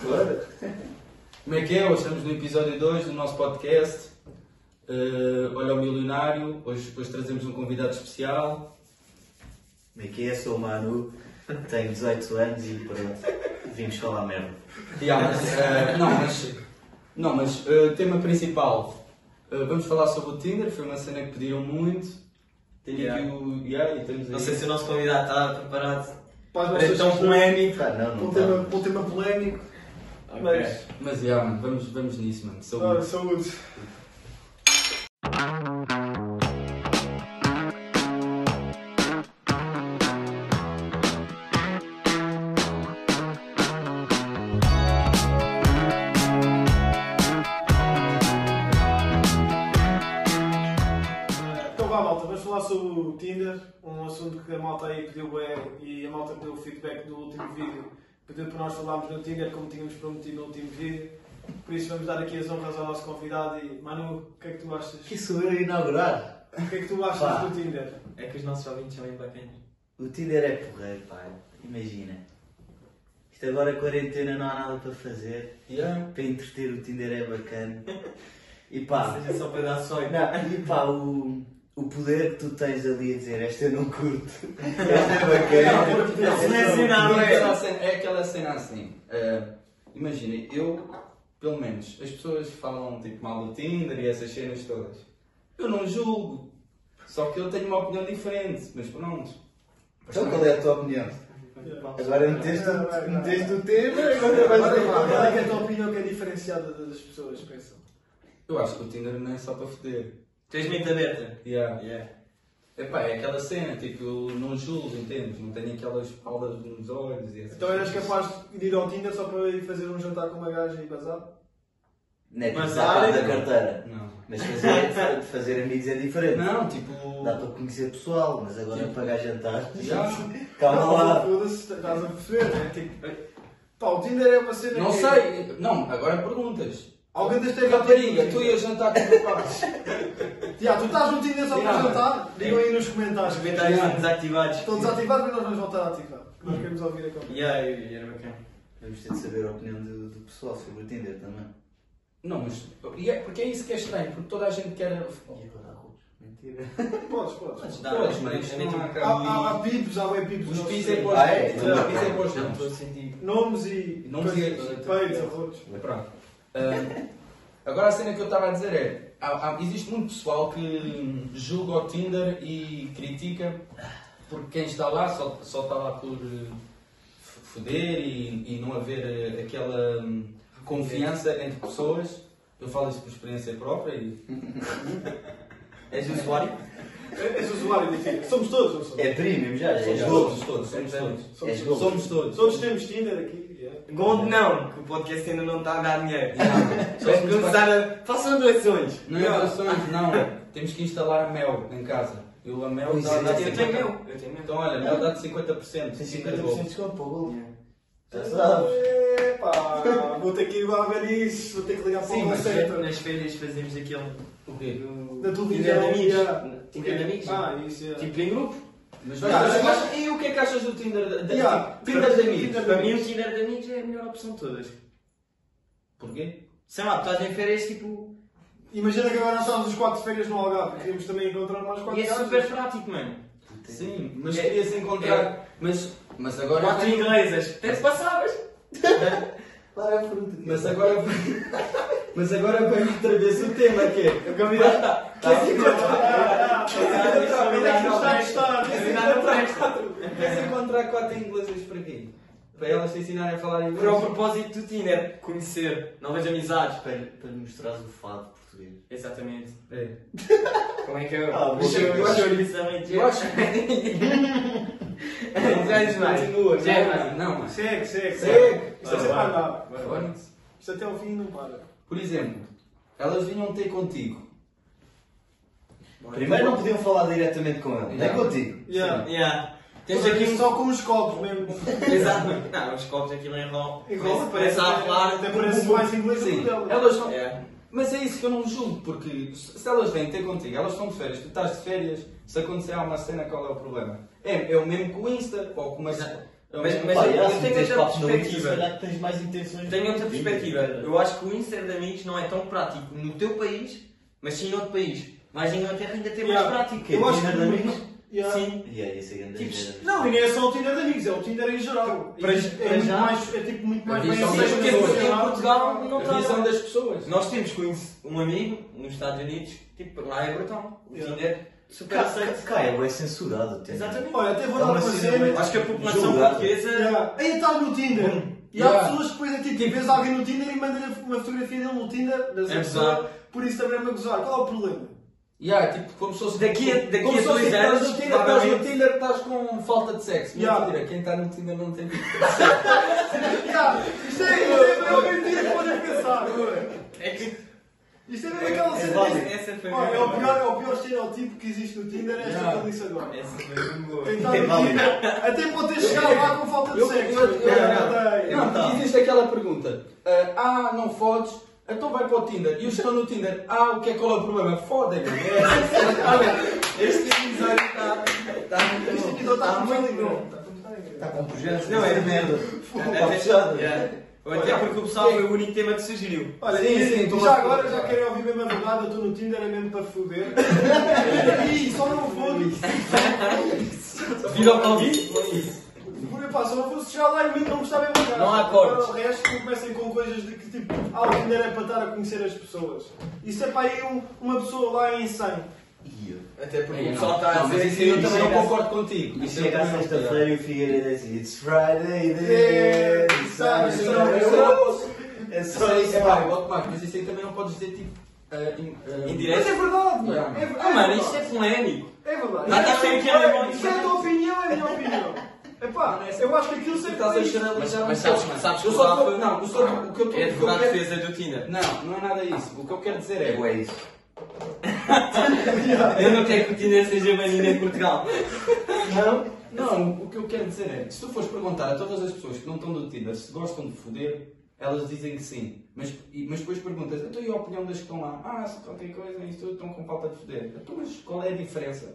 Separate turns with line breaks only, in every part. Claro. Como é que é? Hoje estamos no episódio 2 do nosso podcast. Eh, Olha o Milionário. Hoje, hoje trazemos um convidado especial.
Como é que é? Sou o Manu, tenho 18 anos e pronto, vimos falar merda.
Ya, mas, eh, não, mas, não, mas eh, tema principal. Eh, vamos falar sobre o Tinder. Foi uma cena que pediram muito. Tenho
Ya.
aqui o. ya, e temos
Não
aí.
sei se o nosso convidado está preparado
Pá, não
para
sei
este
se
tão
isto-
polémico.
Pá, não,
Um
não
tema,
tá.
um tema polémico,
Mas,
mas.
Mas ya, mano, vamos, vamos nisso, mano.
Ora,
Saúde.
saúde. Ah, Então vá, malta, vamos falar sobre o Tinder, um assunto que a malta aí pediu bem e a malta pediu o feedback do último vídeo, pediu para nós falarmos no Tinder como tínhamos prometido no último vídeo. Por isso vamos dar aqui as honras ao nosso convidado e Manu, o que é que tu achas?
Que sou eu a inaugurar?
O que é que tu achas
Pá.
do Tinder?
é que os nossos ouvintes são bem bacanas.
O Tinder é porreiro, pá, imagina. Isto agora é quarentena, não há nada para fazer.
Ya.
Para entreter o Tinder é bacana. E pá,
Seja só para dar sonho.
não, e pá, o, o poder que tu tens ali a dizer, esta eu não curto, esta é bacana.
Selecionar,
é,
é.
aquela cena, é aquela cena assim. eh, imagina, eu, pelo menos, as pessoas falam tipo mal do Tinder e essas cenas todas. Eu não julgo. Só que eu tenho uma opinião diferente, mas pronto.
Então qual é a tua opinião? Agora meteste o- meteste o tema, agora vais
Agora,
falar.
Qual é que é a tua opinião que é diferenciada das pessoas, pensam?
Eu acho que o Tinder não é só para foder.
Tu és mente aberta.
Yeah.
Yeah.
Epá, é aquela cena, tipo, eu não julgo, entendes? Não tenho aquelas palmas nos olhos e essas
Então eras
coisas.
capaz de ir ao Tinder só para ir fazer um jantar com uma gaja e bazar?
Não é
Mas
mas
há
da
área-
carteira.
Não.
Mas fazer, sabe, fazer amigos é diferente.
Não, tipo.
Dá para conhecer pessoal, mas agora é
Sim.
pagar jantar.
Já.
Calma
Não,
lá.
Foda-se, estás a perceber, não é? Tipo, pá, o Tinder é uma cena
Não
que...
sei. Não, agora é perguntas.
Alguém das teve
Rapariga, tu ias jantar com o meu pai.
Já, tu estás no Tinder só para
Sim,
jantar? Digam aí nos comentários.
Os comentários
Já.
estão desativados.
Estão desativados, mas nós vamos voltar a ativar. Nós queremos ouvir a conversa.
Yeah, eu- eu era bacana.
Vamos ter de saber a opinião do, do pessoal sobre o Tinder também.
Não, mas. E é, porque é isso que é estranho, porque toda a gente quer.
Oh, Mentira.
Podes, podes.
Podes dar,
Pois,
mas
mas
eu nem
não "Ah, há
estou a
cá-
Há, há,
bocado.
há pibes, há web pibes.
Os
não
pis
sei.
é bons
Ah, é?
nomes. Os pis é bons
Não estou a
nomes.
sentir.
Nomes e.
Nomes e-
coisas, Peitos, arrotos.
Pronto. Ahm, agora a cena que eu estava a dizer é. há- há- existe muito pessoal que julga o Tinder e critica porque quem está lá só, só está lá por eh, f- foder e, e não haver eh, aquela hum, confiança entre pessoas. Eu falo isso por experiência própria e.
És usuário?
És usuário do Tinder. Somos todos, não somos?
É premium já, já
Somos
é
todos,
gold.
todos, somos todos.
És
Somos,
gold.
Somos todos.
todos temos Tinder aqui. yeah.
Gold não, que o podcast ainda não está a dar dinheiro. Só se
Não,
começar a. Façam doações.
Não é doações, não. Temos que instalar a mel em casa. Eu a mel
Pois
dá,
é,
dá
Eu
50%.
tenho meu. Eu tenho meu.
Então olha, mel dá-te 50%.
Tens
50
50% de
gold.
desconto para o gol.
Yeah.
Já sabes.
Epá, vou ter que ir lá ver isso, vou ter que ligar para
Sim,
o
mas é
centro.
nas férias fazemos aquele.
O quê?
Da
Tinder
televisão. yeah.
amigos. Tinder amigos.
Ah, isso é.
Tipo em grupo.
Mas
Ah,
mas-
mas-
mas- e o que é que achas do Tinder? da- da-
Yeah.
Tinder de amigos.
Tinder-
Para mim o Tinder de amigos é a melhor opção de todas.
Porquê?
Sei lá, tu estás em férias tipo.
Imagina que agora nós estávamos os quatro de férias no Algarve, queríamos também encontrar mais quatro
E é
gajas.
super prático, mano.
Sim, mas
É-
queria-se encontrar. Mas, mas agora.
Quatro inglesas. Até te passavas.
Lá é a fruta.
Mas agora. Mas agora vem outra vez o tema que é.
Eu convidado.
Tá,
Queres encontrar.
é
Queres encontrar quatro inglesas para quê? Para elas te ensinarem a falar
Para o
inglês?
propósito do Tinder, conhecer novas amizades.
Para, para lhe mostrares o fado português.
Exatamente.
É.
Como é que eu.
Ah,
Ah,
bom.
Eu acho- Eu acho
é Já és mais.
Continua,
Já és mais.
Não, mas.
Segue, segue,
Segue.
Isto é para andar.
Fónix.
Isto até ao um fim não para.
Por exemplo, elas vinham ter contigo.
Primeiro não podiam falar diretamente com ele, nem
Yeah.
contigo.
Yeah.
Yeah. Temos
Temos
aqui um.
só com os copos mesmo.
Exato. Não, os copos aquilo enrolam.
Igual, é
Parece a falar.
Até parece mais inglês do É
Sim,
que ela.
elas não.
Yeah.
Mas é isso que eu não julgo, porque se se elas vêm ter contigo, elas estão de férias, tu estás de férias, se acontecer alguma cena, qual é o problema? É, é o mesmo que o Insta, ou com uma,
Exato. Mas, mas
Pá,
eu,
já,
eu
se
tenho
tens
outra
papo na wiki, se
perspectiva.
calhar tens mais intenções.
Tenho outra
de vida,
perspectiva.
cara.
Eu acho que o Insta de amigos não é tão prático no teu país, mas sim noutro país. Vais em Inglaterra ainda tem mais
Yeah.
prática.
Eu acho
Tinder
que-
de amigos?
Yeah.
Sim.
Yeah, isso é grande
Tipo,
merda.
Não, e nem é só o Tinder de amigos, é o Tinder em geral.
Para-
Existe- é,
para
muito
já-
mais, é tipo muito mais
Mas
bem
isso é
aceito
porque
na
em
sociedade.
Portugal não-
A visão das pessoas.
Nós temos conhec- um amigo nos Estados Unidos, tipo, lá é Bretão. O
Yeah.
Tinder super
Cá,
aceito.
cá é bué censurado. tem.
Exatamente.
Olha, até vou
É
dar
uma
uma
cena
cena.
bem-
Acho que a população
Julgado.
portuguesa.
Yeah. Aí está no Tinder. E há
Yeah.
pessoas que depois é tipo, vês alguém no Tinder e manda-lhe uma fotografia dele no Tinder, das
É
pessoa, por Instagram a gozar. Qual é o problema?
Yeah, tipo, como se fosse.
Daqui a- daqui
como
a
se fosse
dois
tipo,
anos,
estás no Tinder, estás no
provavelmente-
Tinder, estás com falta de sexo.
Yeah.
Mentira, quem está no Tinder não tem.
Yeah, isto é, isto é mesmo a mentira que podes pensar. não é?
É que.
Isto é mesmo aquela
É
cena.
válido.
de-
Essa foi a
Olha, é o
minha.
pior, é o pior estereotipo que existe no Tinder, é Então, esta
Yeah.
que eu disse agora.
Essa foi a minha.
Quem está
É
no
válido.
Tinder, até pode ter chegado lá com falta de
Eu-
sexo.
eu- eu-
É,
Não, porque existe aquela pergunta. ah, ah, não fodes, então vai para o Tinder. E os que estão no Tinder, ah, o que é qual é o problema? Fodem-me. É essa cena. Olha,
Este episódio está. Está
Este episódio
muito bom.
está então, tá, muito
bom.
bom. Está muito bom.
Está Tá com projetos.
Não, é
de merda. Está
Até,
fechado.
yeah. Até porque o pessoal foi o único tema que sugeriu.
Olha,
Sim,
e
sim, estou
já
a-
agora já querem ouvir mesmo a verdade, eu estou no Tinder é mesmo para foder. Ih, só não vou.
Viram alguém?
Por pá, só não vou se chegar lá e mesmo não gostar mesmo
Não há cortes.
Agora o resto comecem com coisas de que tipo, ah, o Tinder é para estar a conhecer as pessoas. Isso é para aí um- uma pessoa lá em 100.
E eu?
Até porque
Não,
o pessoal está a
não, mas
dizer
isso
que.
aí eu também
chega a-
não concordo contigo.
E
Isso é eu
chega à
também não
sexta-feira e o Figueiredo é assim, It's Friday,
É,
then it's
sabe,
Saturday."
senão-
É
Isso
só
aí,
isso,
é pá,
pá.
Bote Marco, mas isso aí também não podes dizer tipo. ah, in- ah,
Indireto.
Mas é verdade, mano.
Yeah.
É, ver-
Ah,
é
mano,
verdade.
isto é polémico.
É verdade.
Nada a ver
Isso
que
é-
é igual.
Isso é a tua opinião, é a minha opinião. Epá, eu acho que aquilo sempre
Estás a
foi isto.
generalizar
Mas
um
sabes-
pouco,
sabes
mano.
que
Eu só
o
tô-
Rafa-
Não, eu só tô- o que eu
É
estou
advogado de defesa do Tinder.
Não, não é nada isso. O que eu quero dizer
É
é.
bué isso.
Eu não quero que o Tinder seja banido em Portugal.
Não?
Não, o que eu quero dizer é, se tu fores perguntar a todas as pessoas que não estão do Tinder se gostam de foder, elas dizem que sim. Mas, e- mas depois perguntas, então e a opinião das que estão lá? Ah, se qualquer coisa, isso tudo estão com falta de foder. Então, mas qual é a diferença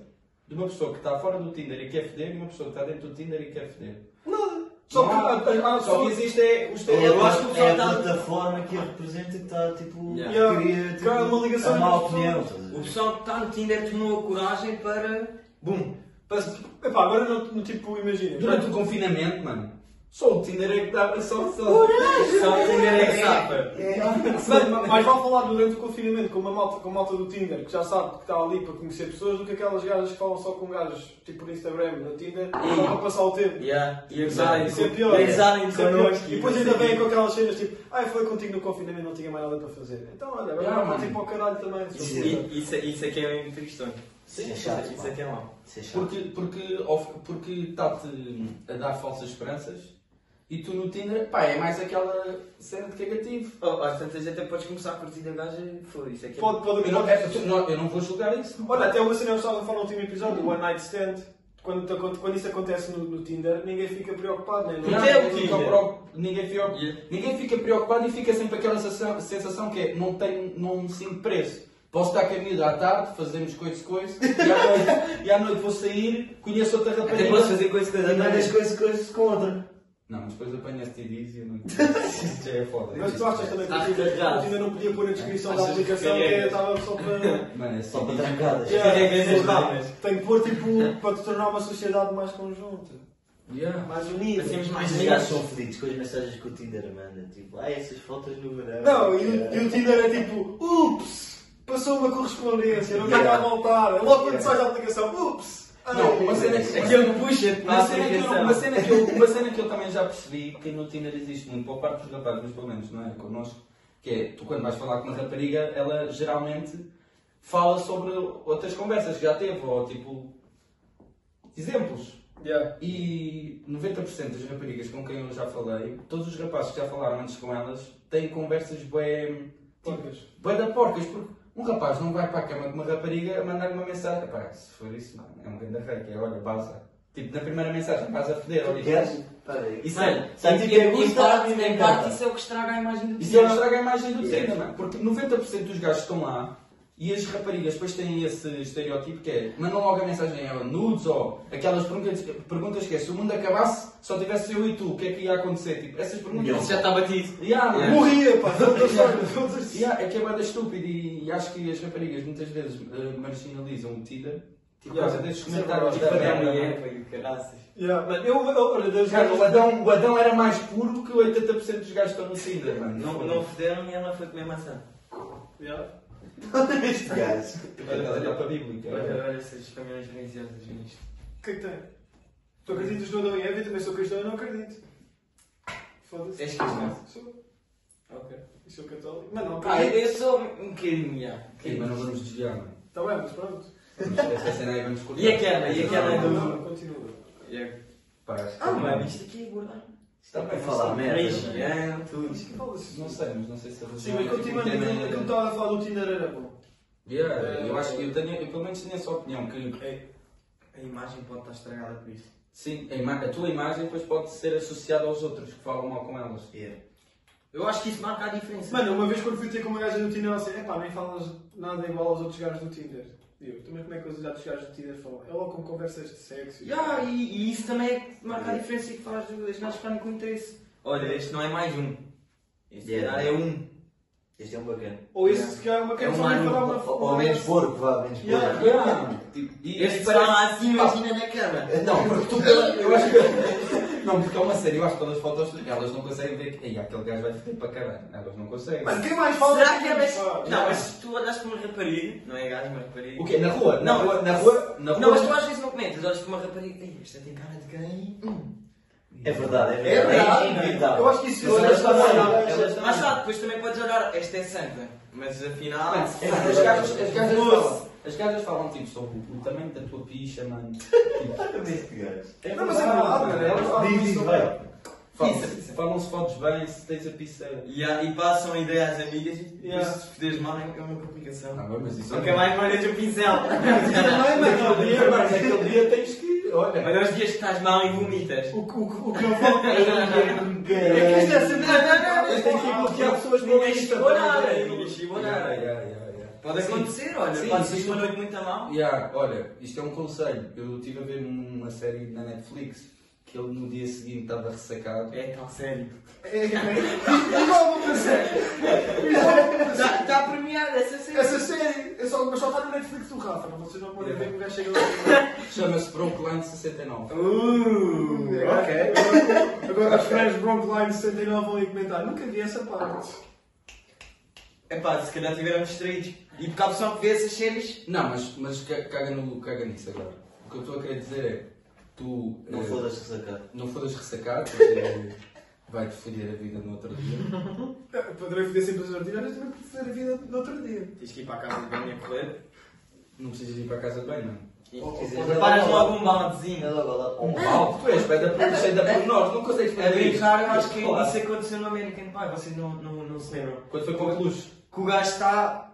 de uma pessoa que está fora do Tinder e quer foder e uma pessoa que está dentro do Tinder e quer foder?
Nada. Só que,
Não.
ah, ah,
Só
ah, só
que
que
existe é o
É
estereótipo.
Eu acho que o
a,
pessoal tá
é a
está-
plataforma que a representa que está, tipo,
Yeah.
Yeah.
cria, tipo,
é
Cara, uma ligação
a má
entre as
opinião.
O pessoal que está no Tinder tomou a coragem para.
Bum. Parece que- Epá, agora não, não, tipo, imagina.
Durante o confinamento, mano, só o Tinder é que dá, só, só...
Só o Tinder é que sabe.
Mas, mas vale falar durante o confinamento com uma malta, com a malta do Tinder que já sabe que está ali para conhecer pessoas do que aquelas gajas que falam só com gajos tipo no Instagram, no Tinder, só para passar o tempo.
Yeah. E
gozarem
Isso é pior.
E gozarem
Isso é pior.
connosco.
E depois ainda vêm com aquelas cenas tipo, ah, eu falei contigo no confinamento, não tinha mais nada para fazer. Então olha, agora
Yeah,
yeah, vou
mano.
tipo ao caralho também. seu
Isso é-
puta.
E- Isso, isso aqui é muito tristão.
Sim,
isso,
chato,
isso
pá.
aqui é mau.
Isso é chato.
Porque, porque, of- porque está-te a dar falsas esperanças e tu no Tinder, pá, é mais aquela cena de é cagativo.
Oh, Às tantas até podes começar a curtir a gaja e foi. Isso aqui é.
Pode, pode,
Eu não,
pode.
é, tu- não, eu não vou julgar isso.
Olha, até uma cena que eu estava a falar no último episódio, o One Night Stand. Quando, te acon- quando isso acontece no, no Tinder, ninguém fica preocupado, né?
Não,
Mas é o
ninguém
Tinder.
fica pro- ninguém, fica,
Yeah.
ninguém fica preocupado e fica sempre aquela sensação, sensação que é não, tenho, não sinto preço. Posso estar com a miúda à tarde, fazemos coisa coisa, e à noite, e à noite vou sair, conheço outra
Até podes
rapariga.
fazer é coisas que
Mas
andas
as coisas, coisas com outra.
Não, mas depois apanha-se TDs e eu não. Isso já é foda.
Mas tu achas também que
Ah,
o Tinder,
carregado.
o Tinder não podia pôr na descrição da
Achas que
aplicação que
carregas?
estava só para.
Mano, é
Só para
TDs.
trancadas. é
Yeah,
Carregas as
não, é?
rádios.
Tem que pôr tipo para te tornar uma sociedade mais conjunta,
Yeah.
mais unida.
Assim, mais
Os
ligados.
gajos são fodidos com as mensagens que o Tinder manda. Tipo, ah, essas fotos no verão.
Não, e, o-
Yeah.
e o Tinder é tipo, ups, passou uma correspondência, não tenho a
Yeah.
voltar. É Logo quando
Yeah.
sai da aplicação, ups. ai,
Não, uma cena
é-
Aquele puxa-te na
Uma cena, que eu,
aplicação.
uma cena que eu- uma cena que eu também já percebi, que no Tinder existe muito, por parte dos rapazes, mas pelo menos não é connosco, que é, tu quando vais falar com uma rapariga, ela geralmente fala sobre outras conversas que já teve, ou tipo, exemplos.
Yeah.
E 90% das raparigas com quem eu já falei, todos os rapazes que já falaram antes com elas, têm conversas bem,
Porcas.
bem da porcas, porque um rapaz não vai para a cama com uma rapariga a mandar uma mensagem, pá, se for isso, mano, é um grande arranque, é, olha, baza. Tipo, na primeira mensagem, vais a foder, olha,
Queres? Espera aí. tipo
Isso
Mano,
é.
Se a ti te gusta,
Tipo, em parte, em parte, isso é o que estraga a imagem do
Isso é o que
Tinder.
estraga a imagem do
Yeah.
Tinder, mano. Porque 90% dos gajos que estão lá e E as raparigas depois têm esse estereótipo que é, mandam logo a mensagem a ela, nudes ou aquelas perguntas, perguntas que é, se o mundo acabasse, só tivesse eu e tu, o que é que ia acontecer? Tipo, essas perguntas...
Isso já está batido.
É.
Yeah,
Yeah.
Morria, pá!
Yeah, é que é banda estúpida e acho que as raparigas muitas vezes eh, marginalizam o Tinder por
Yeah,
causa desses
isso é
um
comentários
verdade.
da
Tipo,
merda.
é,
não um é?
Yeah, mano, eu, eu, olha, das
Cara, o
gajas-
Adão, o Adão era mais puro que 80% dos gajos que estão no Tinder, mano.
Não, não fuderam e ela foi comer maçã.
Yeah.
Este gajo.
Olha, olha para a Bíblia. é. olha.
Olha, olha essas caminhões religiosas, nisto.
O que é que tem? Tu acreditas no Adão e Eva? Eu também sou cristão e não acredito. Foda-se.
És cristão?
Sou.
Ok.
E sou católico. Mas não
Ah,
acredito.
eu sou um bocadinho, já.
Sim, mas não vamos desviar, mano.
Está Tá bem, mas pronto.
Vamos- Essa cena aí vamos cortar.
E aquela, e aquela
Não, não,
do...
não, continua.
Yeah.
Pá, acho que-
Ah, mano, isto aqui é gordão.
Está para
Não
um falar
sei.
É,
merda. é?
Religião, um tudo.
Mas que foda-se.
Não sei, mas não sei se eu vou
Sim, mas
desviar, tipo,
continuando,
o tema
aquilo
é-
que eu estava a falar do Tinder era bom.
Yeah, eu acho que eu tenho, eu pelo menos tenho essa opinião, que
É. A imagem pode estar estragada por isso.
sim, a, ima- a tua imagem depois pode ser associada aos outros que falam mal com elas.
Yeah.
Eu acho que isso marca a diferença.
Mano, uma vez quando fui ter com uma gaja do Tinder, ela disse: Epá, nem falas nada igual aos outros gajos do Tinder. E eu, também como é que os outros gajos do Tinder falam? É logo com conversas de sexo.
Ya, e, e isso também é que marca a diferença e que faz as gajas ficarem com interesse. Olha, este não é mais um. Este
Yeah.
yeah. é um.
Este é um bacana.
Ou isso se calhar é uma
É
questão
um
de falar
ano,
uma
Ou ou menos porco, vá, menos
Yeah.
porco.
Yeah, tipo, e- e
Este
parece-
está assim, imagina na cama.
Não, porque tu pela- eu acho que. Não, porque é uma série, eu acho que pelas fotos elas não conseguem ver que "Ei, aquele gajo vai foder para caralho. Elas não conseguem.
Mano, quem mais fala?
Será que é mais...
Pá,
Não, mas se tu andas com uma rapariga, não é gajo, mas rapariga.
O quê? Na rua? Na
Não,
rua? Na rua? Na
Não,
rua?
mas tu às vezes não comentas, olhas com uma rapariga, ei, esta tem cara de gay. Hum.
É verdade, é verdade.
É verdade,
Eu acho que isso
Mas elas
elas
também,
também-
elas
Mas
também.
sabe, depois também podes olhar, esta é santa, mas afinal.
Mano, é porque as gajas, as gajas falam. As gajas falam tipo sobre o tamanho da tua picha, mano. Tipo,
Este gajo.
Não, mas é verdade, mano. Elas falam
Diz, diz,
isso.
vai.
falam-se falam fotos bem, se tens a piceira.
E, há- e passam a ideia às amigas e
Yeah.
se foderes mal é uma complicação.
Ah, mas isso
Nunca mais mandas o pincel.
é
é
Também, mano,
Naquele dia, mano, naquele dia tens que. Olha.
Mas aos dias que estás mal e vomitas.
O que- o que- o que eu falo é que isto é sempre.
Mas tem que ir bloquear pessoas no
Ninguém
Insta,
chegou
tá
nada,
ligado?
ninguém chegou
Yeah,
nada.
yeah, yeah, yeah.
Pode
Sim.
acontecer, olha,
Sim,
pode
sim.
ser uma noite muito a mal.
Yeah, olha, isto é um conselho. Eu estive a ver uma série na Netflix que ele no dia seguinte estava ressacado.
É tal sério.
é, Igual uma série.
Está está premiada essa série.
Essa série, eu só- mas só está no Netflix do Rafa, não vocês não podem ver que o gajo chega lá.
Chama-se Brokeland 69.
Uh, ok.
Agora- Agora os fãs de Bronkline 69 vão aí comentar. Nunca vi essa parte.
Epá, se calhar estiveram distraídos. E porque há pessoal que vê essas séries.
Não, mas, mas ca- caga, no, caga nisso agora. O que eu estou a querer dizer é: tu
Não
eh,
fodas ressacado.
não fodas ressacado, porque vai-te foder a vida no outro dia.
Eu Poderei foder sempre os ordens, mas também podia fazer a vida no outro dia.
Tens que ir para a casa de banho a correr.
Não precisas ir para a casa de banho, não.
E
Ou- ou
quiseres,
podes-
preparas logo um baldezinho.
É logo lá.
Um mal, tu és pedra por cheio da pormenores, não consegues
A
fazer é isso.
brincar, É eu acho que
Claro.
isso aconteceu no American Pie, vocês não, não, não se lembram.
Quando foi para o Cluj.
Que o gajo está.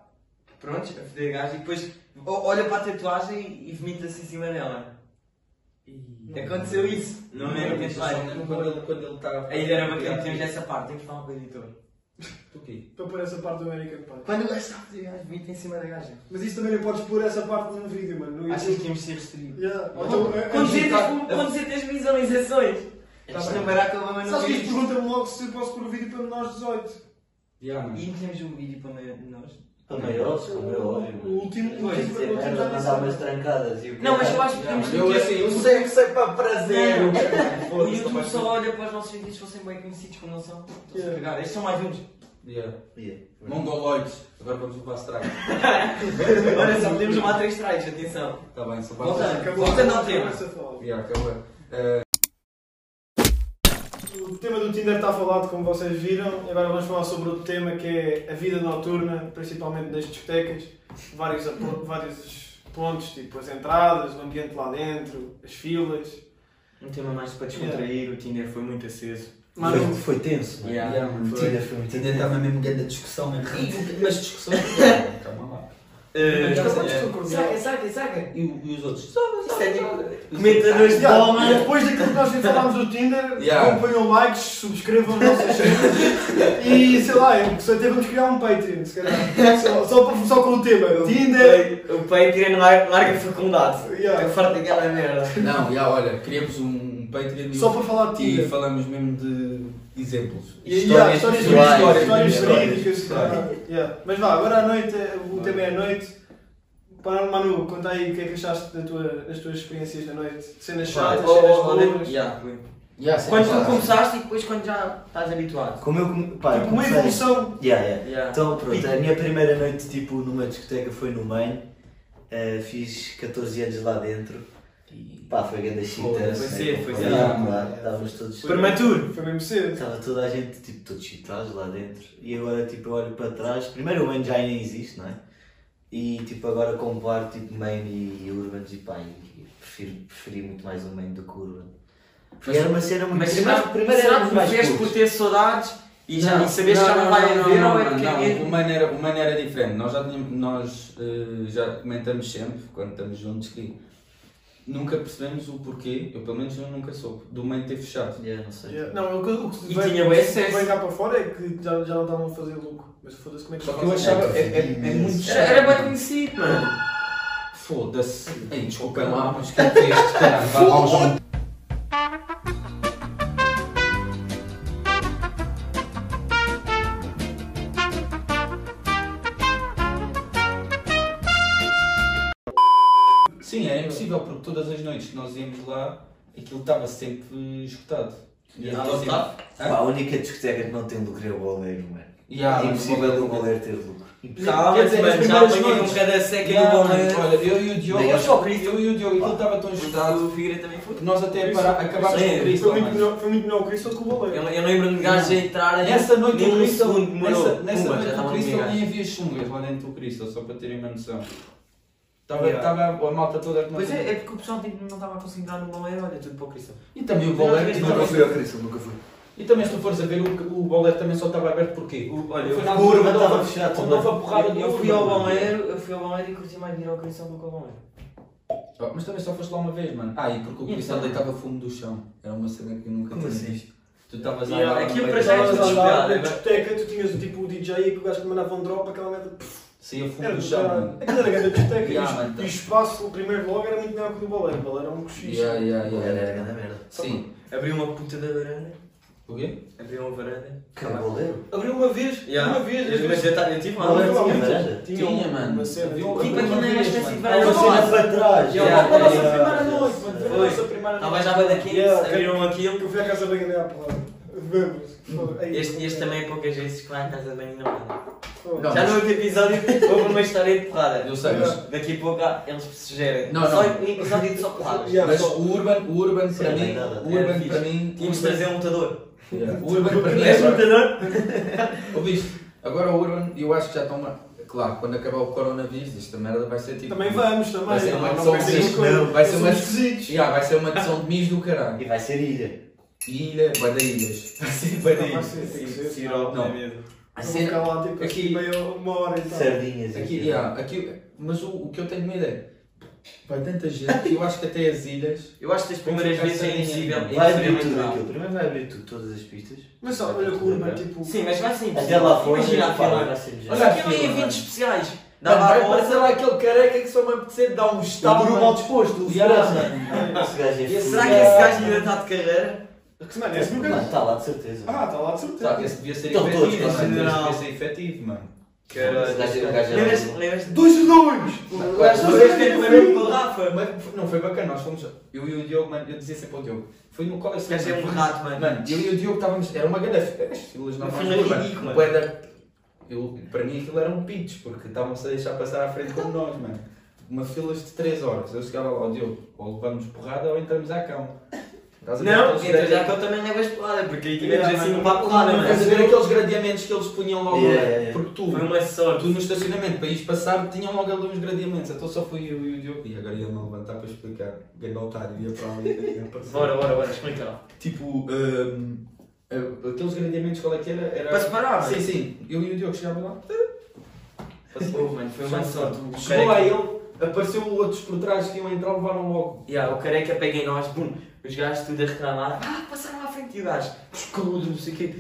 Pronto, a foder gajo e depois o- olha para a tatuagem e- e vomita-se em cima dela. Aconteceu isso no American
Quando
Pie.
ele- quando ele tá estava.
Ainda era bacana, temos essa parte, temos que falar um com o editor.
Tu quê?
Para pôr essa parte do American Pie.
Quando o gajo está a foder gajo, vomita em cima da gaja.
Mas isso também não podes pôr essa parte num vídeo, mano. No
Achas
YouTube.
que temos de ser restritos? Tá.
Yeah.
Ou
Então, é-
Com
é-
dizer-
200 com- com 200 visualizações! Isto é não vai acabar, mas não
Sabes que
temos.
eles perguntam-me logo se eu posso pôr o vídeo para menores de 18.
Yeah, mano.
E não temos um vídeo para meio- nós.
Para maiores, como é óbvio.
O último- o
Pois,
último-
é,
o último
merda,
já nem
mandar
sabe.
umas trancadas e o
Não, mas eu
caralho.
acho que temos de
Eu
ter-
assim, eu
O
sei.
sexo é para prazer.
Não.
cara.
O
Foda-se,
YouTube
mas-
só olha para os nossos vídeos se fossem bem conhecidos como não são. Estou-se a
Yeah.
cagar. Estes são mais uns.
Yeah.
Yeah.
Mongoloides. Agora vamos levar strike.
Olha só, podemos levar três strikes, atenção.
Está Tá bem, só
Volta. É.
para
Acabou.
Voltando ao tema.
Essa fala.
Yeah, acabou.
O tema do Tinder está falado, como vocês viram. Agora vamos falar sobre outro tema que é a vida noturna, principalmente nas discotecas. Vários, apo- vários pontos, tipo as entradas, o ambiente lá dentro, as filas.
Um tema mais para descontrair, o Tinder foi muito aceso.
Mano,
Foi- Foi tenso. mano.
Yeah.
Yeah, mano,
O
foi.
Tinder foi muito tenso. Estava mesmo grande a discussão, mano.
Mas discussões. Yeah, Calma lá.
Eh,
Mas acabou de
eh,
ser cordial.
saca, saca. E, o- e os outros?
isto é tipo-
Ah,
Comentadores de
Yeah,
bomba.
Depois daquilo que nós falámos do Tinder,
Yeah.
acompanham likes, subscrevam nossas redes e E sei lá, é, só até vamos criar um Patreon, se calhar. Só, só, para- só com o tema. Tinder.
O Patreon larga, larga a faculdade.
Yeah.
Eu farto daquela merda.
Não, já olha, criamos um Patreon
Só para falar de
e
Tinder.
falamos mesmo de exemplos.
E, yeah, histórias
pessoais,
verídicas, histórias Ah.
histórias,
verídicas. se calhar. Yeah. Mas vá, agora à noite, é- o tema é a noite. Pá, Manu, conta aí o que é que achaste da tua, das tuas experiências da noite. Cenas chatas,
Ou-
cenas
ou- ou-
boas.
oh, yeah, foi.
Yeah, sim,
Quando
claro.
tu começaste e depois quando já estás habituado.
Como eu come- pá, eu
Tipo, uma
comecei-
evolução.
Yeah, yeah.
Yeah.
Então pronto, a minha primeira noite tipo numa discoteca foi no Maine. Eh, fiz 14 anos lá dentro. Pá, foi grande chita.
Foi, foi
cedo, foi
claro,
cedo.
claro, Estávamos todos.
Prematuro.
Foi mesmo cedo.
Estava toda a gente, tipo, todos chitados lá dentro. E agora, tipo, eu olho para trás. Primeiro, o Maine já nem existe, não é? E, tipo, agora comparo, tipo, Maine e Urban. E, pá, e prefiro, preferi muito mais o Maine do que o Urban. Porque
Mas-
era uma cena muito...
Mas será,
primeiro
será
muito
que fizeste
curto.
por ter saudades e já e saberes que já não
não,
vai
não,
haver
não,
ou é
não,
porque
não,
é-
o Mano era, o Mano era diferente. Nós já, tínhamos, nós, eh, já comentamos sempre, quando estamos juntos, que nunca percebemos o porquê, eu pelo menos eu nunca soube, do Mano ter fechado.
Yeah, não sei.
Yeah. Não, o que, o que se
E
vai-
tinha o
o que
excesso.
Vem cá para fora é que já, já não estavam a fazer lucro. Mas foda-se como é que
Só
se
que eu
faz?
achava, é, é, é muito chato.
Era, era bem conhecido, mano.
Foda-se. Ei, desculpa lá, mas que é este, caralho, vá lá ao chão. Sim, era impossível, porque todas as noites que nós íamos lá, aquilo estava sempre escutado.
E ela estava?
Pá, a única discoteca que não tem lucro é o goleiro, mano.
Yeah,
é
mas
impossível
o
o goleiro ter lucro.
Quer dizer, as
mano, já
primeiras
apanhei um
noites.
cada seca
Yeah,
do né?
mano,
boleiro.
Olha, eu e o Diogo,
Nem eu só
eu e o Diogo, aquilo estava tão escutado.
O Figueira também foi.
Nós até para, acabámos com
Sim,
o
Foi
Crystal.
muito
mano.
melhor- Foi muito melhor que isso do que o
Eu,
Baleiro.
eu lembro-me de um gajos a entrar e
Nessa noite
nem
o
um
Crystal,
segundo demorou.
nessa, nessa
Pumba,
noite
já
o
estava
Crystal
ligado.
nem havia chungas lá dentro um do Crystal, só para terem uma noção. Estava
Yeah.
estava a malta toda que não
Pois é,
sabia.
é porque o pessoal tipo, não estava a conseguir dar no boleiro, olha, tudo para o Crystal.
E também o
Nunca
Boller, e, também-
fui ao Crystal, nunca fui.
e também se tu fores a ver, o, o Boller também só estava aberto porquê? O, olha,
eu-
foi na
o
altura
Urban
que
estava
houve-
fechado
quando houve a porrada
Eu,
do
eu fui ao
Urban.
boleiro, eu fui ao boleiro e curti mais de ir ao Crystal do que ao boleiro.
Oh, Mas também só foste lá uma vez, mano. Ah, e porque o
E
Crystal
então?
deitava fumo do chão. Era uma cena que eu nunca
Como
tinha
assim?
visto. Tu estavas a
Yeah,
andar lá no
aquilo
meio da-
para já é
Estavas a andar
desesperado,
tipo, na
agora.
discoteca, tu tinhas tipo o DJ e que o gajo que mandava um drop, aquela merda. pff,
Saía fumo
Era
do
do
chão,
caralho.
mano.
Aquela Ah, era a grande discoteca. E
Yeah,
os-
mano,
E
tá.
o espaço, o primeiro blog era muito melhor que o do Baleiro. O Baleiro era um cochicho.
Yeah, yeah,
O
yeah.
goleiro era grande merda.
Sim.
Abriu uma puta da varanda.
O quê?
Abriu uma varanda.
Que é o goleiro?
Abriu uma vez.
Uma vez, mas eu ta- eu tive
Não,
uma
não,
varanda.
tinha
muito.
varanda?
Tinha
Tinha,
uma
mano.
cena,
Havia
tipo,
uma-
Tipo aqui
uma
na
vez,
espécie de
mano.
varanda.
Uma cena para trás.
Yeah,
yeah,
Era a nossa
yeah,
primeira
yeah.
noite, mano. Era
Foi.
a nossa primeira
Estava
noite.
já bem daqui,
Yeah,
abriram aquilo.
Eu fui à casa bem ganhar a porrada. Vamos. Foda- aí.
Este, este também é poucas vezes que vai à casa bem namorada.
Foda.
Não,
Já
mas-
no outro episódio houve uma história de porrada.
Eu sei, mas
Daqui a pouco ah, eles se sugerem.
Não,
Só
não.
um episódio de só porradas.
Yeah,
Mas
só-
o Urban, o Urban para
Sim,
mim,
não é nada.
o Urban
Era
para
fixe.
mim,
Tínhamos de trazer um lutador.
Yeah, o Urban para mim, é
És lutador?
ouviste? Agora o Urban, eu acho que já estão, a- claro, quando acabar o coronavírus, esta merda vai ser tipo...
Também vamos, também.
Vai ser
Não,
uma
não
edição
vai ser
de-
uma coisa.
vai ser uma-
Somos esquisitos.
Yeah, vai ser uma edição de mis do caralho.
E vai ser ilha.
Ilha, vai da ilhas. Vai ser vai da
Não, vai
ilhas.
ser, tem que ser.
Não.
Sirop, não é mesmo?
A
Eu vou
cena-
ficar lá tipo
aqui-
aqui meio uma hora e
Então,
tal.
Sardinhas.
Aqui,
aquilo.
yeah, aqui, mas o, o que eu tenho medo é, vai tanta gente que eu acho que até as ilhas...
Eu acho que as primeiras
Vamos
vezes
ficar
é
sem
impossível.
ninguém.
Vai
é
abrir
impossível
tudo
entrar.
aquilo. Primeiro vai abrir tudo, todas as pistas.
Mas só, olha o Urban, tipo.
Sim, mas vai sim.
Até lá fora.
Imagina a
pá,
fila.
vai ser bizarro.
Olha a
Aquilo
fila,
em
mano.
eventos especiais.
Mano,
Dava a
vai aparecer lá
volta.
aquele careca que só me apetecer dar um
Está
estalo.
o Bruno mal disposto. o
Yeah.
segurança. Esse gajo
Será
é fodido.
Será que esse gajo ainda tá está de carreira?
Porque, mano, esse nunca.
Mano, está tá lá de certeza.
Ah, está lá de certeza.
Sabe, esse devia ser
Estão
efetivo,
todos,
mano, esse
mano.
devia ser efetivo, mano.
Esse gajo- o gajo é
Lembras-te?
maluco.
Lembras-te?
Dois de dois!
Não,
O gajo
não,
fez
Lembras-te
bem
que
para
foi
mim.
mesmo Rafa?
Mas não foi bacana, nós fomos. Eu e o Diogo, mano, eu dizia sempre ao Diogo. Foi no colégio.
Quer dizer, um rato, mano.
Mano, eu e o Diogo estávamos. Era uma grande. fi- Era as filas
Uma
normais
fila
do Urban.
ridícula.
Bué da- eu- Para mim aquilo eram pitos, porque estavam-se a deixar passar à frente como nós, mano. Uma filas de 3 horas. Eu chegava lá ao Diogo, ou levamos porrada ou entramos à cama. Estás a ver
Não,
aqueles
então já
gradientes-
que eu também levo a espada, porque aí tivemos
Yeah,
assim
mano.
um papo porrada,
Estás a
mano.
ver aqueles gradeamentos que eles punham logo?
Yeah, yeah, yeah.
Porque tu,
Foi uma sorte.
Tu no estacionamento, para ires passar, tinham logo ali uns gradeamentos, então só fui eu e o Diogo. E agora ia-me levantar para explicar. Ganhei otário, ia para ali, ia para
Bora, bora, bora, explica lá.
Tipo, hum, eh, aqueles gradeamentos, qual é que era? era...
Para separar,
Sim, sim. Eu e o Diogo chegámos lá.
Passou, mano, foi uma sorte. O
Chegou lá
careca-
ele, apareceu outros por trás que iam entrar, levaram logo.
Yeah, o careca é pega em nós, bum, os gajos tudo a reclamar. Ah, passaram à frente e o gajo, por calor, não sei o quê.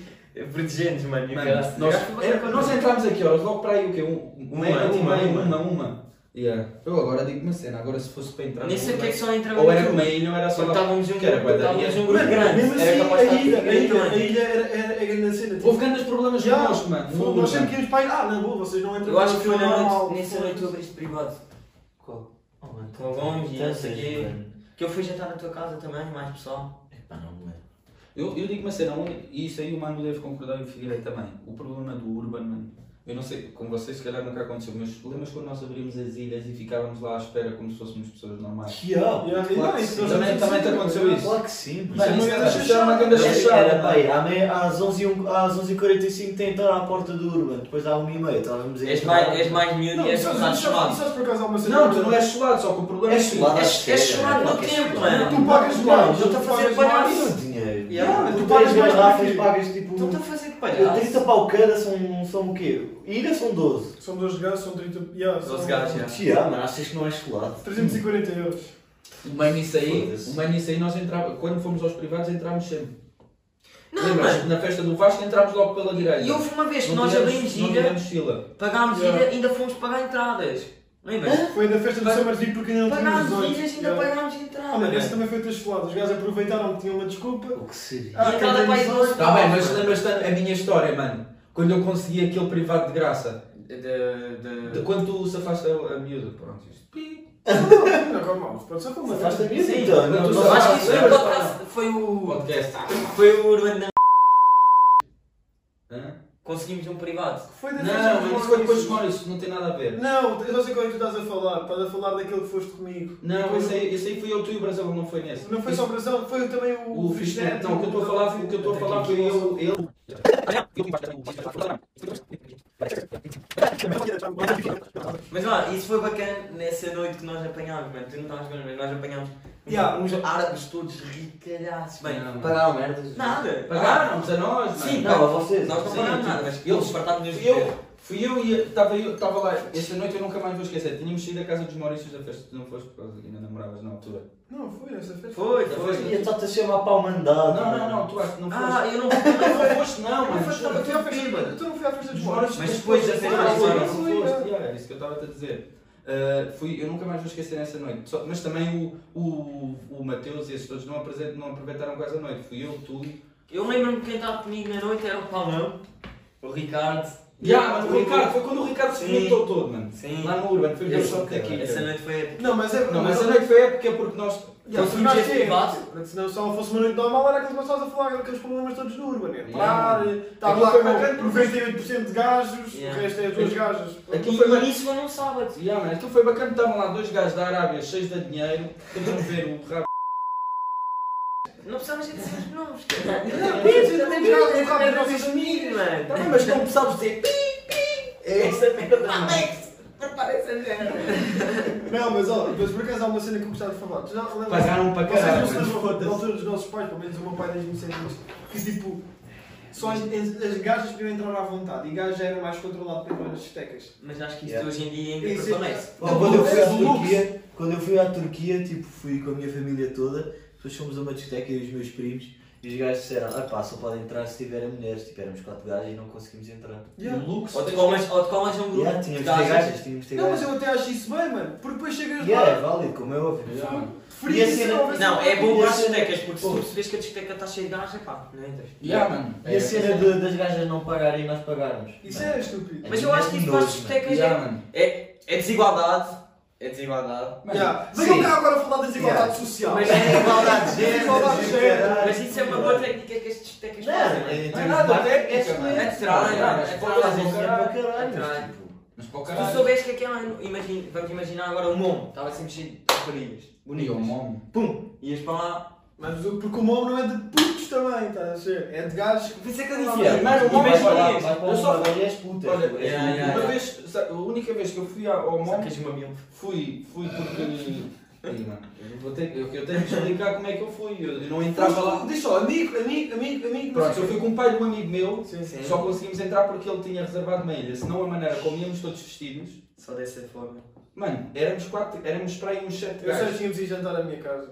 Protegentes, mano. e o
Mano,
caralho.
nós,
Eu acho que você
é,
quando-
nós entramos aqui, ó, logo para aí o quê? Um,
Uma,
uma, uma,
uma,
uma, uma,
uma.
uma, Yeah. Eu agora digo uma cena, agora se fosse para entrar.
Nem
no
sei porque é que
Uber,
só entrava
Ou era
aquilo.
uma ilha ou era só.
Quando estávamos em
que era
um- quando
padaria.
estávamos em um grupo
Mano,
grande.
mesmo
Era
assim,
capaz de
a
estar
ilha,
tudo
a ilha,
bem,
a ilha era, era a grande cena. tipo,
Houve grandes problemas
já,
connosco, mano.
fogo,
No
Nós
Uber.
sempre que pais, ah, na boa, vocês não entram
Eu acho que
não
foi na
mal,
noite, nessa noite tu
foda-se.
abriste privado.
Qual? Oh, mano,
Com gongs e não sei o quê.
mano.
Que eu fui jantar na tua casa também, mais pessoal.
Epá, não me lembro.
Eu, eu digo uma cena, um- e isso aí o Mano deve concordar e o Figueiredo também. O problema do Urban, mano. Eu não sei, com vocês se calhar nunca aconteceu, mas lembras quando nós abrimos as ilhas e ficávamos lá à espera como se fôssemos pessoas normais?
Que ó!
Yeah,
Claro
não,
que
isso
sim.
nós
Também-
estamos
também te
sempre,
aconteceu
é mas-
isso?
Claro que sim, mano.
Mano, isso
isso é uma
era-
grande
isso era uma grande
chuchada.
chuchada,
Era,
mano.
pai, à me- às 11h45 às 11h45 tem que estar à porta do Urban, depois à 1h30 estávamos
És mais, és mais miúdo
Não,
e és
isso é-
mais
isso é-
chamado.
isso é por acaso alguma cena.
Não, tu não és chulado, só que o problema
É
que-
chulado.
És és chamado no tempo, mano.
Tu pagas
Não,
mais,
Estão-te a
tu
fazer
pagas mais.
palhaço.
Isso dinheiro.
Yeah,
Yeah,
mas
tu
tu
três
pagas mais
garrafas
que-
pagas tipo.
Estão-te Então a fazer de
30
palhaço.
pau cada são, são o quê? Ilha são 12.
São 12 gajos, são 30. Yeah, são
12 gajos, já.
Tia, mano, achas que não é chulado?
340 euros.
O mano, isso aí,
Foda-se.
o mano, isso aí nós entrávamos, quando fomos aos privados entrámos sempre.
Não,
Lembras?
mano.
Na festa do Vasco entrámos logo pela direita.
E houve uma vez que
Não
nós
tivemos-
abrimos
Não
gira,
tivemos fila.
pagámos
Yeah.
gira, ainda fomos pagar entradas. Lembras?
Foi da festa do
Pag-
São Martinho porque ainda não tínhamos
Pagámos
18.
giras, ainda
yeah.
pagámos
Ah, mano, esse
entradas.
também foi tachulado. Os gajos aproveitaram que tinham uma desculpa.
O que seria?
Ah,
E
quem
entrada
tem
para aí
noção-
dois.
Tá bem, mas lembras-te a minha história, mano? Quando eu consegui aquele privado de graça.
De-
De
de-
quando tu safaste a, a miúda, pronto. isto. Pi.
Não, calma, mal. Pode ser como
Faz-te a
uma
vida
Sim.
então.
Não,
Tu
tu
Eu
sabes-
acho que isso foi o
Lembras?
podcast- foi o.
Podcast.
Foi o Urban da.
Hã?
Conseguimos um privado.
Foi da festa
Não,
dos
mas isso foi depois de
Maurícios.
Maurício, não tem nada a ver.
Não, eu não sei qual é que tu estás a falar. Estás a falar daquele que foste comigo.
Não, é
Foi
esse
o-
aí, esse aí foi eu, tu e o Brasil, não foi nesse.
Não foi só o Brasil, foi também o.
O Fisnet,
Fisnet,
não, o que eu estou a falar, o que eu estou a falar foi eu, eu.
Mas lá, isso foi bacana nessa noite que nós apanhámos, mano. Tu não estavas bem, mas nós apanhámos uns-
Yeah.
uns árabes todos ricalhaços. Bem,
Não.
Pagaram merdas.
nada.
Pagaram-nos a nós, mano.
Sim,
Não, a
não,
vocês.
Nós não
Sim,
pagámos
sim.
nada, mas
Eu-
eles fartaram-nos de
Eu, fui eu e estava eu, estava lá. Esta noite eu nunca mais vou esquecer. Tínhamos saído da casa dos Maurícios da festa. Tu não foste por causa que ainda namoravas na altura.
Não, foi nessa festa.
Foi,
Não
foi.
foi.
Ia estar-te a chamar para o mandado.
Não, não, não, tu acho que não foste.
Ah, eu não fui.
não foste, não,
Não,
mano.
mas
juro.
eu fui à festa- eu não fui à festa dos
Dos Maurícios
Maurícios.
Mas
que é.
depois da
foste,
festa
não
dos
foste,
Maurícios.
não foste. Yeah, Era isso que eu estava a te dizer. Ah, fui, eu nunca mais vou esquecer essa noite. Só- mas também o, o, o Mateus e esses todos não, apresen- não aproveitaram quase a noite. Fui eu, tu.
Eu lembro-me que quem estava comigo na noite era o Paulão, o Ricardo.
Yeah, mas o Ricardo, foi quando o Ricardo se
Sim.
comentou todo, mano.
Sim.
Lá no Urban, foi o é
Esse-
workshop daqui.
Essa noite foi épica.
Não, mas é.
Não, mas a noite foi épica porque nós.
Yeah,
Então,
se nós
surgiu este
temos-
debate.
Se não só fosse uma noite normal, era aquilo que nós estávamos a falar, aqueles problemas todos no Urban. é Entrar,
Yeah.
estava
Aquilo
lá
foi bacana
com
porque-
98% de gajos,
Yeah.
o resto é duas gajas.
Aquilo foi
E
bacana.
isso foi num sábado.
Yeah, mano, aquilo foi bacana. Estavam lá dois gajos da Arábia cheios de dinheiro. Tentam ver o rabo.
Não precisavas de dizer os nomes.
é
Não, é um mas eu também gravo com Tá a minha
nossos amigos,
é
mano.
Também, mas como sabes dizer pi, pi, é essa merda.
Prepara essa merda.
Não, mas olha, mas por acaso há uma cena que eu gostava de falar. Tu já lembras?
Pagaram para
Vocês não
caralho.
se
mano.
lembram da altura dos nossos pais, pelo menos o meu pai desde-me sempre isto, que tipo, só as, as, as gajas podiam entrar à vontade e gajo já era mais controlado pelas discotecas.
Mas acho que isso
Yeah.
hoje em dia ainda
Isso é-
permanece.
Não, quando, eu fui à
Esse luxo.
Turquia, quando eu fui à Turquia, tipo, fui com a minha família toda, depois fomos a uma discoteca e os meus primos, e os gajos disseram, ah pá, só podem entrar se tiverem mulheres, tipo, éramos quatro gajos e não conseguimos entrar.
Yeah.
O Lux.
Ou de colas ou de colas é um grupo.
Yeah,
de
tínhamos de ter
gajos.
gajas, tínhamos de ter
Não, mas
gajas.
eu até acho isso bem, mano, porque depois chegas
Yeah, é
lá,
válido, como é óbvio.
Yeah, mano.
E
preferia
a
ser
cena-
uma vez
Não, é bom
E
para
a
as
cena-
discotecas, porque se tu
Pô.
percebes que a discoteca está cheia de gajos, é pá, não entras.
Yeah, mano.
E a cena de- das gajas não pagarem e nós pagarmos.
Isso é estúpido.
Mas eu acho que isso para as
Nojo, mano.
discotecas
Yeah,
é-
mano.
é é desigualdade. É desigualdade.
Mano,
Yeah.
sim.
Venham cá agora falar da desigualdade
Yeah.
social.
Mas é desigualdade de género.
Desigualdade de género.
Mas isso é uma boa técnica que as discotecas
Não,
fazem. mano.
é
Não é nada técnica,
é-
mano.
É de trás,
Não,
é
mas
de
para
trás.
o
para
caralho.
caralho,
Caralho.
mas, tipo,
Mas para o
Se tu
caralho.
soubesse que aquela. Imagina, vamos imaginar agora o Momo, estava sempre cheio de raparigas.
E o
Bonitas.
Momo.
Pum! Ias para lá.
Mas o- porque o homem não é de putos também, estás a ver? É de gajos que.
Pensei que
eu disse,
Yeah,
primeiro,
e
o homem
vais
vai
para lá,
isso.
vais para
Eu só-
lá, e és puta.
Olha,
és
yeah,
puta.
yeah.
Uma vez, sa- a única vez que eu fui ao ao Momo,
Sacas uma mil.
fui, fui porque. Ei, mano, eu, vou ter, eu, eu tenho que explicar como é que eu fui. Eu, eu não entrava lá.
Diz só, amigo, amigo, amigo, amigo. não
Pronto,
sei
eu
o quê.
fui com o pai de um amigo meu,
Sim, sim.
só conseguimos entrar porque ele tinha reservado uma ilha. Senão a maneira como íamos todos vestidos,
Só dessa forma.
mano, éramos quatro, éramos para aí uns sete
Eu só
gajos.
tínhamos ido jantar à minha casa.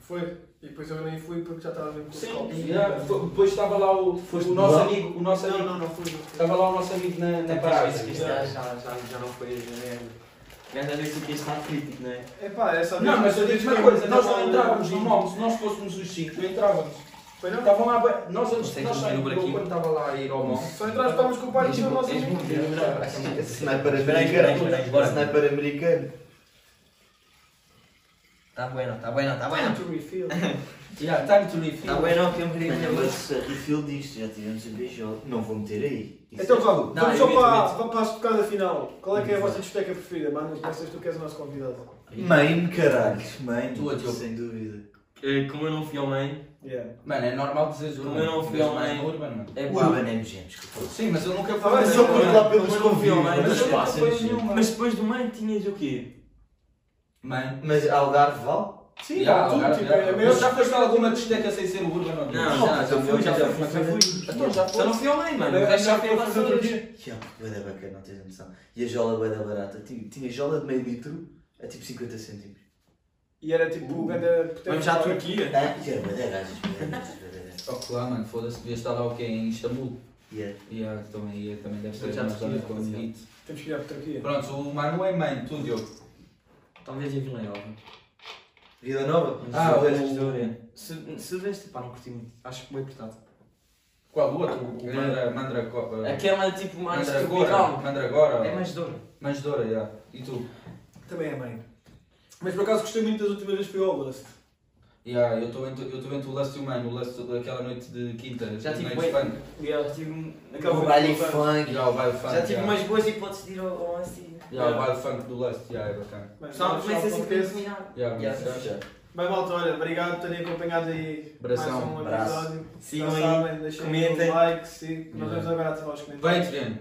Foi. E depois eu nem fui porque já estava mesmo com os copos.
Sim, já, foi- depois estava lá o,
Foste
o nosso
lá?
amigo, o nosso
Não,
amigo,
não, não fui. não fui.
estava lá o nosso amigo na, na
Pá,
parada.
isso que isto já, já, já, já não foi a merda. Mas às vezes o que está crítico, não é?
É pá, é só
Não, mas eu digo uma
mesmo-
coisa, nós
mesmo-
não entrávamos no MOM, se nós fôssemos os 5, entrávamos.
um Foi não?
Estavam lá, bué- nós antes
Consegue
nós
comer o
saímos, eu
buraquinho?
quando estava lá a ir ao MOM,
Só entraste, estávamos com o pai e
Tens-
chamou assim.
tens muito dinheiro, não é?
Tá
Sniper
Espera aí, espera aí, espera aí,
americano.
bora.
Sniper americano.
Está bueno, está bueno, está
Time
bueno.
to refill.
Yeah, time to refill.
Está bueno, que eu me queria
Olha,
dizer isso.
Mas refill disto, já tivemos a beijo. Não vou meter aí. Isso
Então
é-
vá,
Não,
vamos
eu
só
meto,
para,
meto.
vamos para a tocada final. Qual é que é a vossa discoteca preferida? Mano, pensas tu que és o nosso convidado.
é Main, caralho. Main.
Tua, Diogo.
Sem dúvida.
Eh, Como eu não fui ao mãe,
Yeah.
Mano, é normal dizeres
Como
urban.
eu não fui ao
mas
main.
Urban, mano.
é pá.
Urban MGM, desculpa.
Sim, mas eu nunca fui.
Ah, mas
ao
eu
main.
curto
lá pelos
Mas eu não fui ao main,
convívios,
Mas eu
mas-
nunca fui a nenhuma.
Mas depois do mãe tinhas o quê?
Mano,
Mas Algarve vale?
Sim,
yeah,
vale tudo.
agora-
Tipo, é
já-
mesmo.
já foste a alguma discoteca sem ser o Urban ou
Não, já, já fui, já fui, já fui.
Então já
Só não
foste.
fui ao mãe, mano.
É,
O resto já
é,
fui
é,
a
é, é, é, é,
Vassouras.
Que yeah, bué da bacana, não tens noção. E a jola é bué da barata. Tinha, tinha jola de meio litro a tipo 50 cêntimos.
E era tipo o grande né? potente.
Vamos já à Turquia.
Ah, e era bué da gajas, bué da gajas, bué da gajas.
Oh, claro, mano, foda-se, devia estar lá o quê? Em Istambul.
Yeah.
Yeah, também, yeah, também deve ser
Já
uma
te
zona
conheço,
com
já.
elite.
Temos que ir à Turquia.
Pronto, o Manu é mãe, tu, Diogo.
Talvez em Vila Nova.
Vila Nova?
Ah,
Só
o-
deste-
Su- Sudeste, pá, não curti muito. Acho que bem cortado.
Qual o outro? O Mandra, Mandra, Mandra,
Aquela tipo mais
Mandragora.
tropical.
Mandragora.
É mais doura.
Manjedora, yeah. E tu?
Também é mãe. Mas por acaso gostei muito das últimas vezes que fui ao Lust.
Yeah, eu estou entre, eu estou entre o Lust e o Mano, o Lust daquela noite de quinta,
Já
de
tive
noite
bué-
funk.
Já tive, um-
Acabou
O
de
baile
voltar.
funk.
Já o baile funk.
já tive
yeah.
umas boas hipóteses de ir ao, ao assim.
Yeah, o baile funk do Lust, yeah, é bacana.
Mas
Só
vamos
começa
ao
assim para
contexto.
terminar.
Yeah,
Yeah,
mas-
já.
Bem, malta, olha, obrigado por terem acompanhado aí
Abração,
mais um
abraço.
episódio.
Sigam
Já
aí,
sabem, deixem
comentem.
o like, sigam. Nós vamos
Yeah.
agora ativar os comentários.
Patreon.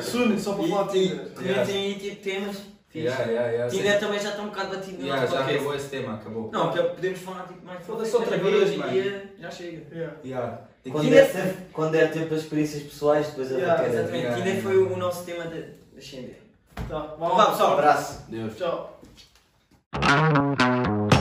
Sunem, só para falar de
E- e
Tinder.
Comentem aí tipo temas. Fixe.
Yeah, yeah, yeah.
Tinder também já está um bocado batido no
Yeah,
nosso
já
podcast.
acabou esse tema, acabou.
Não, que podemos falar tipo mais
Foda-se outra
Agora
vez,
hoje em
mano.
dia, Já chega.
Yeah.
Yeah.
Quando
Tinder-
der tempo- Quando der tempo para experiências pessoais, depois é eu
Yeah,
vou querer.
Exatamente.
Yeah.
Tinder foi o nosso tema de, de Tinder.
Tá,
Um
Então vá
vamos.
pessoal.
Abraço.
Deus.
Tchau.